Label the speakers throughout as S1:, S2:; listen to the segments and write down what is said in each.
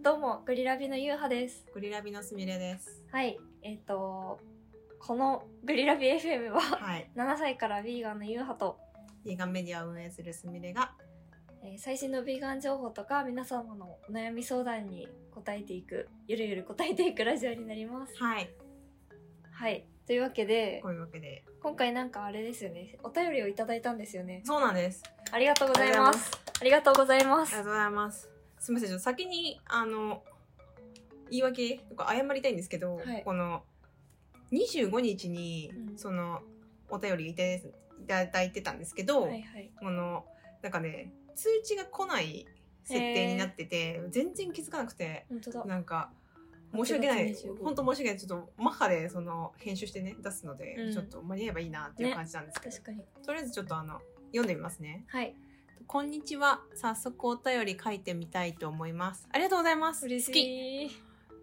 S1: どうも、グリラビのゆうはです。
S2: グリラビのすみれです。
S1: はい、えっ、と、このグリラビ FM は
S2: はい。
S1: 7歳からヴィーガンのゆうはと、
S2: ヴィーガンメディアを運営するすみれが、
S1: えー最新のヴィーガン情報とか皆様のお悩み相談に答えていく、ゆるゆる答えていくラジオになります。
S2: はい。
S1: はい、というわけで
S2: こ、ういうわけで。
S1: 今回なんかあれですよね、お便りをいただいたんですよね。
S2: そうなんです。
S1: ありがとうござい
S2: ありがとうござい
S1: ま。
S2: ます
S1: ありがとうございます。
S2: ありがとうございます。すみません、ちょっと先に、あの、言い訳とか謝りたいんですけど、
S1: はい
S2: この、25日に、
S1: うん
S2: その、お便りいただいただいてたんですけど、
S1: はいはい。
S2: この、なんかね、通知が来ない設定になってて、全然気づかなくて、
S1: 本当だ。
S2: なんか、申し訳ない
S1: 8月25
S2: 本当申し訳ないちょっとマッハでその編集してね出すので、
S1: うん
S2: ちょっと間に合えばいいなっていう
S1: ね
S2: 感じなんですけど、
S1: 確かに。
S2: とりあえずちょっとあの読んでみますね
S1: はい。
S2: こんにちは早速お便り書いてみたいと思いますありがとうございます
S1: 嬉
S2: 好き
S1: しい。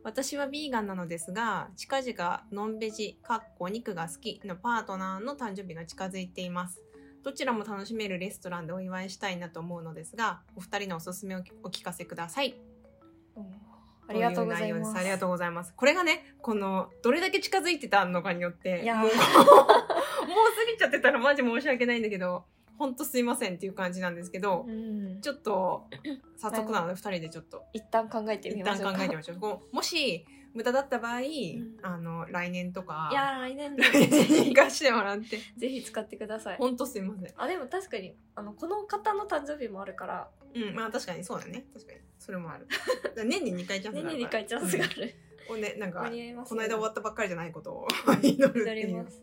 S2: 私はビーガンなのですが近々のんべじかっこお肉が好きのパートナーの誕生日が近づいていますどちらも楽しめるレストランでお祝いしたいなと思うのですがお二人のおすすめをお聞かせください
S1: うんありがとうござい
S2: とう内容
S1: ま。
S2: ですありがとうございます。これがね、この、どれだけ近づいてたのかによって、
S1: いやー
S2: もう、もう過ぎちゃってたらマジ申し訳ないんだけど、ほんとすいませんっていう感じなんですけど、
S1: うん。
S2: ちょっと、早速なので二人でちょっと、
S1: 一旦考えてみ
S2: 一
S1: ま
S2: 旦
S1: しょう
S2: 考
S1: か。
S2: えてみましょう。こうもし、無駄だった場合、
S1: ん
S2: あの、来年とか、
S1: いやー来年度
S2: 来年に生かしてもらって、
S1: ぜひ使ってください。
S2: ほんとすいません。
S1: あでも確かにあのこの方の誕生日もあるから
S2: うん、まあ確かにそうだね。確かに。それも ある。だから年に2回チャンス
S1: 年
S2: があ
S1: に2
S2: るから。
S1: 回チャンスがある。
S2: うん。をね、なん
S1: 間
S2: か、
S1: に合います
S2: こ
S1: よ
S2: の
S1: ね。
S2: 間終わったばっかりじゃないことを祈るって
S1: 祈り
S2: い
S1: ま
S2: う。
S1: す。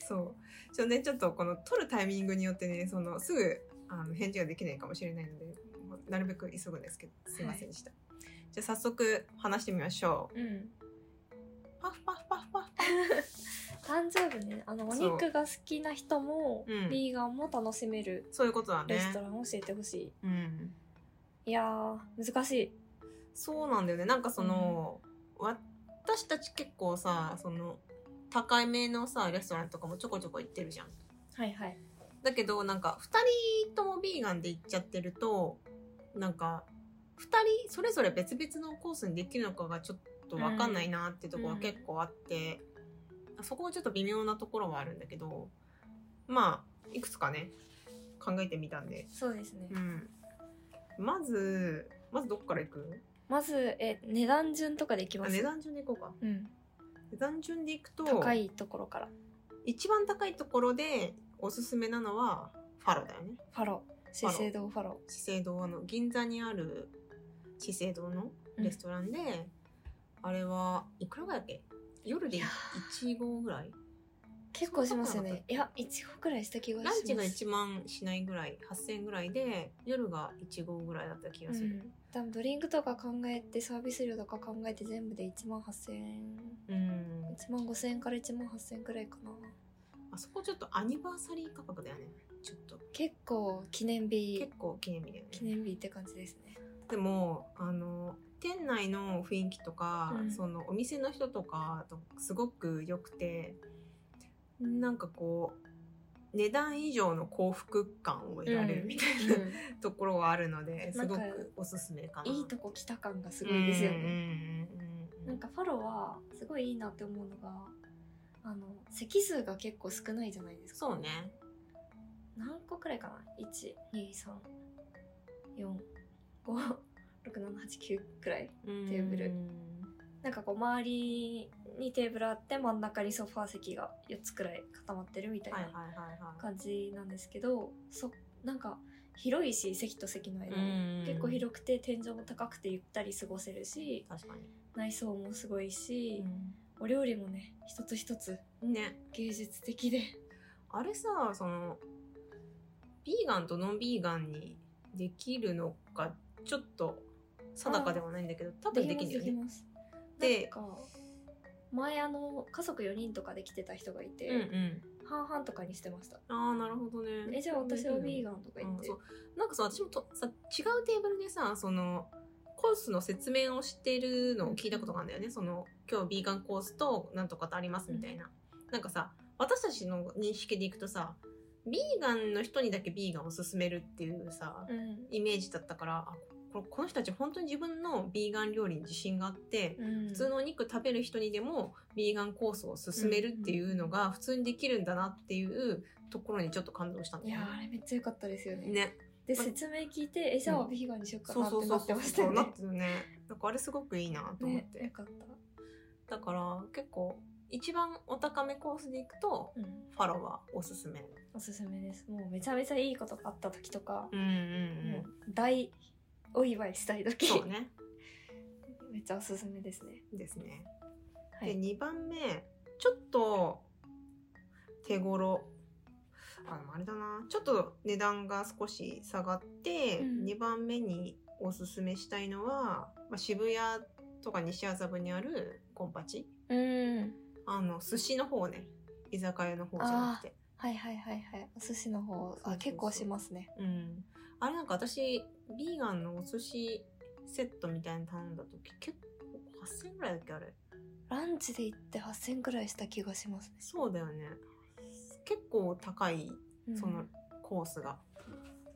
S2: そう。ちょっとね、ちょっとこの撮るタイミングによってね、そのすぐあの返事ができないかもしれないので、まあなるべく急ぐんですけど、すいませんでした。じゃあ早速話してみましょう。
S1: うん。
S2: パフパフパフパフ。
S1: 誕生日ねあのお
S2: そう
S1: 肉が好きな人も、
S2: うん
S1: ビーガンも楽しめる
S2: そういうことだ
S1: レス
S2: ね
S1: ト。ランを教えてほしい。
S2: うん。
S1: いやー難しい。
S2: そうなんだよね。なんかその、私たち結構さ、その、高いめのさ、レストランとかもちょこちょこ行ってるじゃん。
S1: はいはい。
S2: だけどなんか2人ともビーガンで行っちゃってるとなんか2人それぞれ別々のコースにできるのかがちょっと分かんないなってとこは結構あって、そこはちょっと微妙なところはあるんだけどまあいくつかね考えてみたんで、
S1: そうですね。
S2: うん、まずまずどっから行く
S1: まずえ値段順とかでいきま
S2: あ
S1: す。
S2: 値段順で行こうか
S1: うん。
S2: 値段順で行くと
S1: 高いところから
S2: 一番高いところでおすすめなのはファロだよね
S1: ファロ資生堂ファロ。
S2: 資生堂の銀座にある資生堂のレストランで、あれはいくらぐらいだっけ夜で
S1: いや
S2: 1合ぐらい
S1: 結構しますよ
S2: そんな
S1: ね。いや一個くらいした気がしま
S2: ラ
S1: す。
S2: ンチが1万しないぐらい8000円ぐらいで夜が1合ぐらいだった気がする
S1: 多分ドリンクとか考えてサービス料とか考えて全部で1万8000円
S2: うん、
S1: 1万5000円から1万8000円くらいかな
S2: あそこちょっとアニバーサリー価格だよねちょっと
S1: 結構記念日
S2: 結構記念日だよ
S1: 記
S2: ね
S1: 念日って感じですね
S2: でもあの店内の雰囲気とか、
S1: うん
S2: そのお店の人とかとすごく良くてなんかこう値段以上の幸福感を得られるみたいな、ところはあるのですご
S1: なんか
S2: くおすすめかな。
S1: いいとこ来た感がすごいですよねなんかファロはすごいいいなって思うのがあの席数が結構少ないじゃないですか
S2: そうね。
S1: 何個くらいかな123456789くらい
S2: テ
S1: ーブルなんかこう周りにテーブルあって真ん中にソファー席が4つくらい固まってるみたい
S2: はいはい
S1: な
S2: はいはい。
S1: 感じなんですけど、そなんか広いし席と席の間に、結構
S2: く。
S1: 広くて天井も高くてゆったり過ごせるし
S2: 確かに。
S1: 内装もすごいし、お料理もね一つ一つ
S2: ね。
S1: 芸術的で
S2: あれさ、その、ビーガンとノンビーガンにできるのか、ちょっと定かではないんだけど、多分できるんだよね。
S1: ます
S2: で
S1: できますなんか前あの家族4人とかで来てた人がいて、
S2: うんうん。
S1: 半々とかにしてました
S2: ああ、なるほどね。
S1: えじゃあ私はビー
S2: ガン
S1: ガンとか言って、
S2: そうなんかさ私もとさ違うテーブルでさそのコースの説明をしてるのを聞いたことがあるんだよねその今日ビーガンコースとなんとかとありますみたいな、なんかさ私たちの認識でいくとさビーガンの人にだけビーガンを勧めるっていうさ、
S1: うん
S2: イメージだったからあこここの人たち本当に自分のビーガン料理に自信があって、
S1: うん、
S2: 普通のお肉食べる人にでもビーガンコースを進めるっていうのが普通にできるんだなっていうところにちょっと感動したんだ
S1: い
S2: よ
S1: や
S2: ね
S1: ーあれめっちゃ良かったですよね
S2: ね。
S1: で
S2: ま
S1: 説明聞いてえじゃあ
S2: うん
S1: ビーガンにしようか
S2: そう
S1: な
S2: そ
S1: って
S2: うそ
S1: な
S2: う
S1: って
S2: そう
S1: ました
S2: そう
S1: よ
S2: な
S1: ね
S2: ってるね。なんかあれすごくいいなと思っ
S1: ね
S2: て。
S1: よかった
S2: だから結構一番お高めコースで行くと
S1: うん
S2: ファロはおすすめ。
S1: おすすめですもうめちゃめちゃいいことがあった時とか、
S2: うんうん
S1: もう大お祝いしたい時、
S2: そうね。
S1: めっちゃおすすめですね
S2: ですね。
S1: は
S2: で
S1: い
S2: 2番目ちょっと手頃あのあれだなちょっと値段が少し下がって、
S1: うん
S2: 2番目におすすめしたいのは、まあ、渋谷とか西麻布にあるコンパチ
S1: うん
S2: あの寿司の方ね居酒屋の方じゃなくて
S1: はいはいはいはいお寿司の方
S2: そうそうそ
S1: あ
S2: う
S1: 結構しますね
S2: うんあれなんか私ビーガンのお寿司セットみたいなの頼んだ時結構8000円ぐらいだっけあれ
S1: ランチで行って8000くらいした気がしますね
S2: そうだよね結構高い
S1: うん
S2: そのコースが。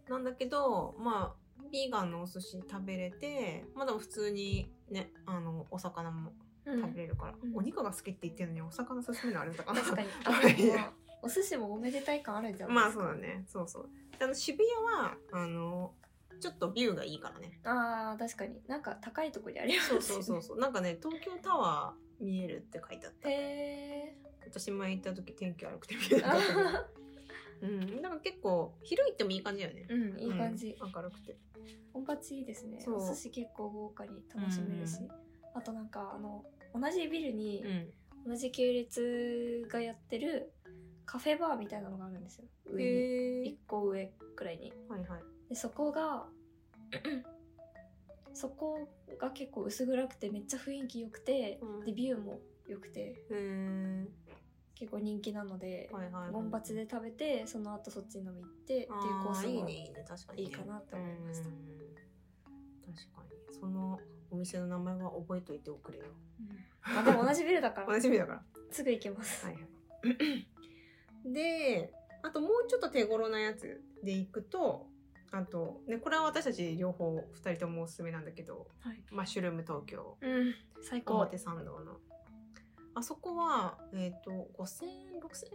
S2: なんだけどまあビーガンのお寿司食べれてまあでも普通にねあのお魚も
S1: うん
S2: 食べれるから、
S1: うん
S2: お肉が好きって言ってるのにお魚勧めるのあれだから
S1: 確かにあ
S2: はい
S1: でもまあお寿司もおめでたい感あるんじゃない
S2: ま
S1: で
S2: あ
S1: す
S2: そ
S1: か
S2: うだねそうそうであの渋谷はあのちょっとビューがいいからね
S1: あー確かになんか高いとこにあります
S2: そ
S1: よ
S2: う
S1: ね
S2: そうそうそう なんかね東京タワー見えるって書いてあった
S1: へえ
S2: 私前行った時天気悪くて見えなかったけ どうんなんか結構昼行ってもいい感じだよね、
S1: うんいい感じ、
S2: うん明るくて
S1: 本鉢いいですね
S2: そう
S1: お寿司結構豪華に楽しめるし、
S2: うん
S1: あとなんかあの同じビルに
S2: ん
S1: 同じ系列がやってるカフェバーみたいなのがあるんですよ上に
S2: へ
S1: 1個上くらいに
S2: はいはい
S1: でそこが そこが結構薄暗くてめっちゃ雰囲気良くて、
S2: うん
S1: でビューも良くて
S2: へー
S1: 結構人気なので
S2: はいはい。
S1: ボンバチで食べてその後そっちに飲み行ってっていう
S2: あー
S1: コースも
S2: いいねいいね確かにね、
S1: いいかなって思いました
S2: うん確かにそのお店の名前は覚えといておくれよ。
S1: うんまあでも同じビルだ から
S2: じみだから。
S1: すぐ行けます、
S2: はいはい。で、あともうちょっと手頃なやつでいくと、あとねこれは私たち両方二人ともおすすめなんだけど、
S1: はい
S2: マッシュルーム東京
S1: うん最高
S2: 表参道の。あそこは、えっ、と、5000円、6000円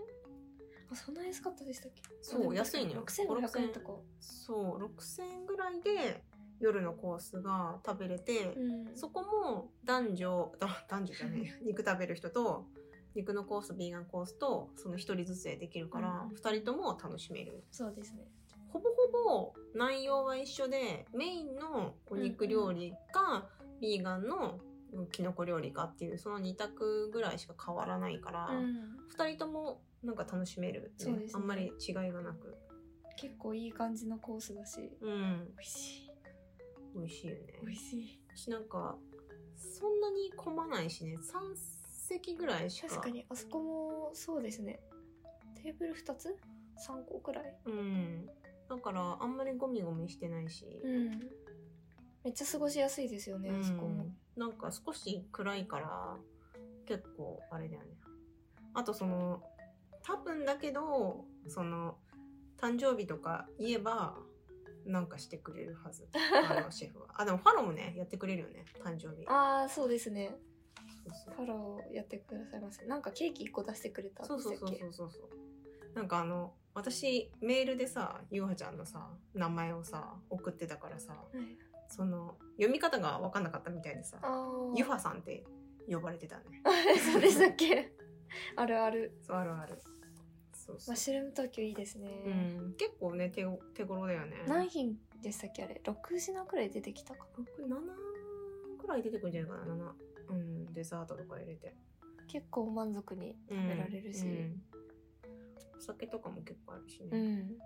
S1: あそんな安かったでしたっけ
S2: そう安いのよ
S1: 6500円とか
S2: そう6000円ぐらいで夜のコースが食べれて、
S1: うん
S2: そこも男女 だ男女じゃない肉食べる人と肉のコースビーガンコースとその1人ずつでできるから、
S1: うん
S2: 二2人とも楽しめる
S1: そうですね
S2: ほぼほぼ内容は一緒でメインのお肉料理か、ビーガンのキノコ料理かっていうその2択ぐらいしか変わらないから、
S1: うん
S2: 2人ともなんか楽しめる、
S1: そうですね
S2: あんまり違いがなく
S1: 結構いい感じのコースだし
S2: うん
S1: 美味しい
S2: 美味しいよね
S1: 美味しい
S2: 私なんかそんなに混まないしね3席ぐらいしか
S1: 確かにあそこもそうですねテーブル2つ3個くらい
S2: うんだからあんまりゴミゴミしてないし、
S1: うんめっちゃ過ごしやすいですよね、
S2: うん
S1: あそこも
S2: なんか少し暗いから結構あれだよねあとその多分だけどその誕生日とか言えばなんかしてくれるは ずあのシェフはあでもファロもねやってくれるよね誕生日
S1: ああそうですね
S2: そうそう
S1: ファローやってくださいますなんかケーキ1個出してくれたんで
S2: そう
S1: した
S2: そう
S1: っ
S2: そう
S1: け
S2: そうそうそうなんかあの私メールでさゆうはちゃんのさ名前をさ送ってたからさ
S1: はい
S2: その読み方が分かんなかったみたいでさ
S1: あ
S2: ゆ
S1: あ
S2: はさんって呼ばれてたね
S1: そうでしたっけあるある
S2: そうあるあるそうそ
S1: マ
S2: う
S1: ッ、シュルーム東京いいですね、
S2: うん、結構ね手ご手頃だよね
S1: 何品でしたっけあれ6品くらい出てきたか
S2: 67くらい出てくるんじゃないかな7うんデザートとか入れて
S1: な結構満足に
S2: 食
S1: べられるし
S2: お酒とかも結構あるしね、
S1: うん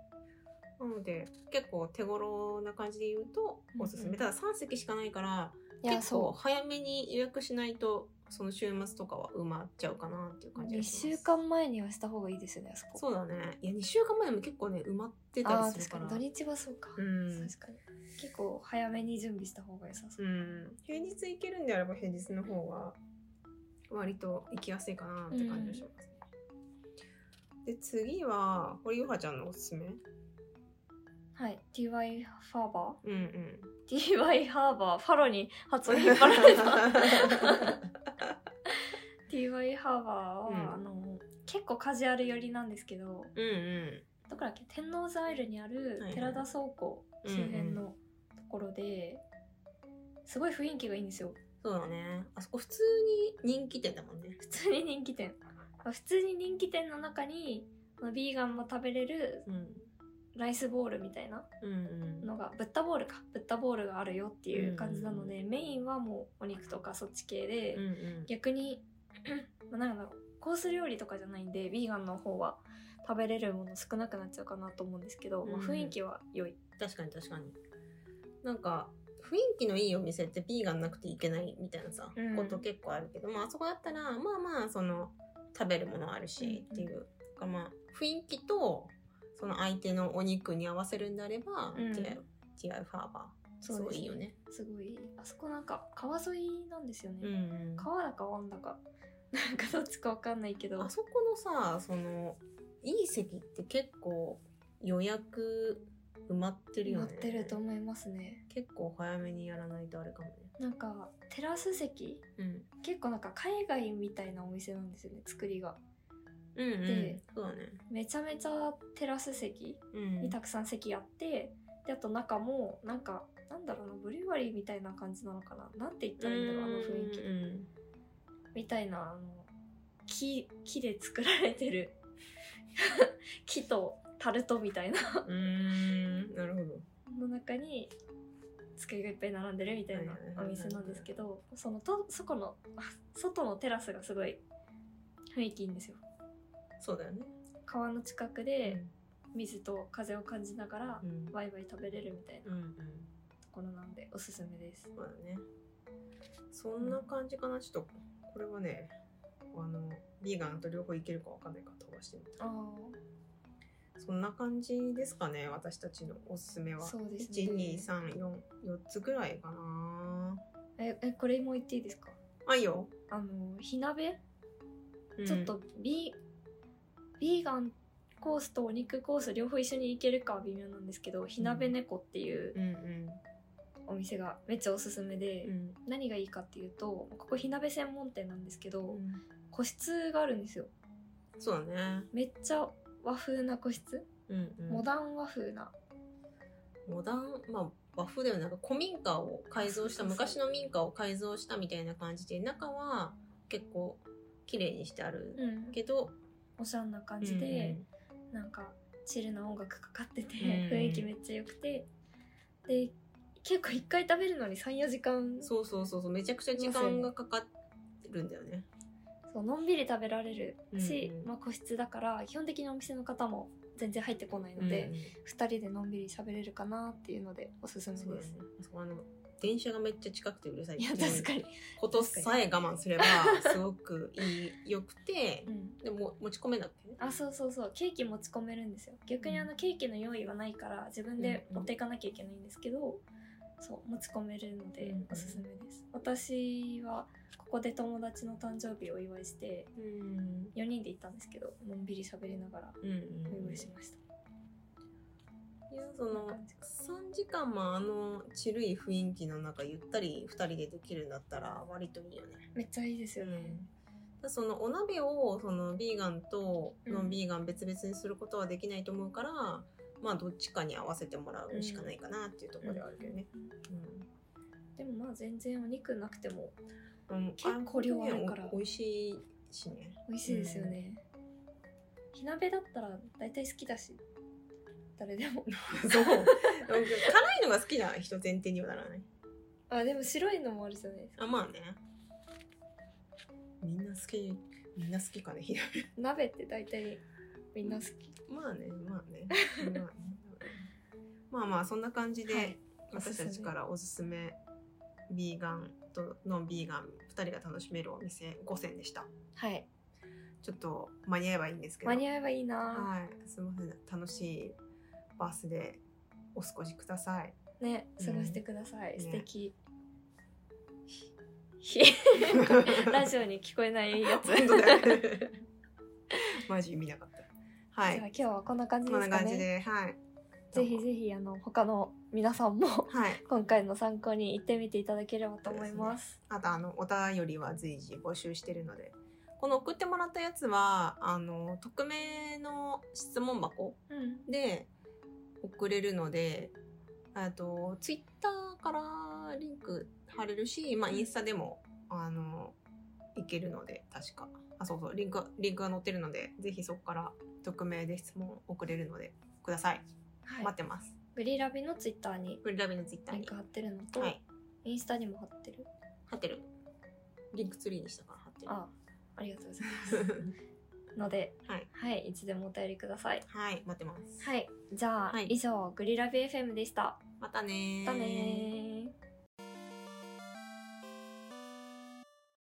S2: なので結構手頃な感じで言うとおすすめ、
S1: うんうん
S2: ただ3席しかないから
S1: いや
S2: 結
S1: そ
S2: 構早めに予約しないとその週末とかは埋まっちゃうかなっていう
S1: う
S2: 感じ
S1: 2
S2: がしま
S1: 週
S2: す
S1: 間前にはした方がいいですよねあそこ
S2: そうだねいや2週間前でも結構ね埋まってた
S1: あ
S2: り
S1: あ
S2: する
S1: 確
S2: か
S1: からに土日はそうか、
S2: うん
S1: 確かに結構早めに準備した方が良さそうう、
S2: ん平日行けるんであれば平日の方が割と行きやすいかなって感じがしますね、で次はこれゆはちゃんのおすすめ
S1: はい TY ファーバ
S2: うんうん
S1: ー TY ハーバーファロに発音引っ張られ た TY ハーバーは、
S2: うん
S1: あの結構カジュアル寄りなんですけど
S2: う んう
S1: どこだっけ天王洲アイルにある
S2: はい
S1: 寺田倉庫周辺のところで、すごい雰囲気がいいんですよ
S2: そうだねあそこ普通に人気店だもんね
S1: 普通に人気店普通に人気店の中にあのビーガンも食べれる
S2: うん
S1: ライスボールみたいな
S2: うんうん
S1: のがブッダボールかブッダボールがあるよっていう感じなので、メインはもうお肉とかそっち系で、
S2: うんうん
S1: 逆に まあなんだろうコース料理とかじゃないんでビーガンの方は食べれるもの少なくなっちゃうかなと思うんですけど、まあ
S2: うん
S1: 雰囲気は良い
S2: 確かに確かになんか雰囲気のいいお店ってビーガンなくていけないみたいなさ、
S1: うん
S2: こと結構あるけど、まああそこだったらまあまあその食べるものあるしっていう、かまあ雰囲気とその相手のお肉に合わせるんであれば、
S1: うん
S2: TI, TI ファーバーす
S1: そう
S2: ご
S1: です
S2: いいいよね。
S1: すごいあそこなんか川沿いなんですよね、
S2: うん
S1: 川だか湾だか なんかどっちかわかんないけど
S2: あそこのさそのいい席って結構予約埋まってるよ
S1: 乗
S2: ね。
S1: ってると思いますね
S2: 結構早めにやらないとあれかもね。
S1: なんかテラス席
S2: うん
S1: 結構なんか海外みたいなお店なんですよね作りが
S2: うんうん、
S1: で
S2: そうだね。
S1: めちゃめちゃテラス席
S2: うん
S1: にたくさん席あって、であと中もなんかなんだろうなブリュワリーみたいな感じなのかななんて言ったらいいんだろうあの雰囲気
S2: うん
S1: みたいなあの木木で作られてる 木とタルトみたいな
S2: うんうんなるほど
S1: の中に机がいっぱい並んでるみたいな
S2: はいはいはいは
S1: お
S2: い
S1: 店なんですけどそのとそこの あ外のテラスがすごい雰囲気いいんですよ
S2: そうだよね
S1: 川の近くで水と風を感じながら
S2: うん
S1: ワイワイ食べれるみたいな
S2: うんうん
S1: ところなんでおすすめです
S2: そうだねそんな感じかなちょっとこれはねあのビーガンと両方いけるかわかんないから飛ばしてみ
S1: あ
S2: たそんな感じですかね私たちのおすすめは
S1: そうですね
S2: 1234つぐらいかな
S1: ええこれも言っていいですか
S2: あいいよ、
S1: あの火鍋、
S2: うん
S1: ちょっとビビーガンコースとお肉コース両方一緒に行けるかは微妙なんですけど火鍋猫っていう
S2: うんうん
S1: お店がめっちゃおすすめで、
S2: うん
S1: 何がいいかっていうとここ火鍋専門店なんですけど、
S2: うん
S1: 個室があるんですよ
S2: そうだね
S1: めっちゃ和風な個室、
S2: うんうん
S1: モダン和風な
S2: モダン、まあ、和風ではなんか古民家を改造した
S1: そうそう
S2: 昔の民家を改造したみたいな感じで中は結構綺麗にしてある
S1: うん
S2: けど、
S1: おしゃんな感じで、なんかチルな音楽かかってて、
S2: うん
S1: 雰囲気めっちゃ良くてで結構一回食べるのに34時間
S2: うん
S1: そ
S2: そうそうそうそうめちゃくちゃ時間がかかるんだよね。
S1: うのんびり食べられるし、
S2: うん
S1: まあ、個室だから基本的にお店の方も全然入ってこないので、二2人でのんびり喋れるかなっていうのでおすす
S2: うん
S1: め
S2: そう
S1: で
S2: だ
S1: す
S2: ね。あそこあの電車がめっちゃ近くてうるさい
S1: いや
S2: っていう
S1: 確かに、
S2: ことさえ我慢すればすごくいいよくて
S1: うん、
S2: でも持ち込めなくてね
S1: あそうそうそうケーキ持ち込めるんですよ逆にあのケーキの用意はないから自分で持っていかなきゃいけないんですけど、そう持ち込めるの
S2: うん
S1: で
S2: うん
S1: おすすめです、私はここで友達の誕生日をお祝いして
S2: うん
S1: 4人で行ったんですけどのんびり喋りながら
S2: うんうん
S1: お
S2: う
S1: 祝
S2: ん
S1: いしました、
S2: いやその
S1: こんな感じか
S2: 3時間もあのちるい雰囲気の中ゆったり2人でできるんだったら割といいよね。
S1: めっちゃいいですよね、
S2: だそのお鍋をそのビーガンと
S1: うん
S2: ノンビーガン別々にすることはできないと思うから、まあどっちかに合わせてもらうしかないかなっていうところではあるけどね。
S1: でもまあ全然お肉なくても
S2: うんうん
S1: 結構量あるから
S2: あお美味しいしね。
S1: 美味しいですよね、火鍋だったら大体好きだし誰でも
S2: そう。辛いのが好きな人前提にはならない。
S1: あでも白いのもあるじゃないですか
S2: あまあね。みんな好きみんな好きかね ひ
S1: 鍋って大体みんな好き、
S2: まあね、まあね。まあねまあまあ、そんな感じで、
S1: はい
S2: 私たちからおすすめ、ビーガンとノンビーガン、2人が楽しめるお店5選でした。
S1: はい。
S2: ちょっと間に合えばいいんですけど。
S1: 間に合えばいいな。
S2: はい、すみません。楽しいバースでお過ごしくださ い。
S1: ね、
S2: うん
S1: 過ごしてください。
S2: ね
S1: 素敵。ひ ラジオに聞こえないやつ。
S2: 本当だよねマジ見なかった。は
S1: じゃあ今
S2: い。
S1: 日はこんな感じ
S2: こ
S1: で
S2: んな
S1: すか
S2: 感じ
S1: ね。
S2: で、はい。
S1: ぜひぜひあの他の皆さんも
S2: はい。
S1: 今回の参考に行ってみていただければと思います。
S2: あと、あの、お便りは随時募集してるので。この送ってもらったやつは、あの、匿名の質問箱
S1: うん
S2: で送れるので、あと、ツイッターからリンク貼れるし、まあ、インスタでも、あの、いけるので、確か。あ、そうそう、リンク、リンクが載ってるので、ぜひそこから匿名で質問送れるので、ください。
S1: は
S2: 待
S1: い
S2: っ、てます。
S1: グリラビのツイッターに
S2: フリラビのツイッター
S1: リン
S2: に
S1: ク。貼ってるのと、
S2: はい。
S1: インスタにも貼ってる。
S2: 貼ってる。リンクツリーにしたから貼ってる。
S1: あ、ありがとうござい ます。ので、
S2: はい、
S1: はい、いつでもお便りください。
S2: はい、待ってます。
S1: はい、じゃあ、
S2: はい
S1: 以上グリラビ FM でした。
S2: またねー
S1: またねー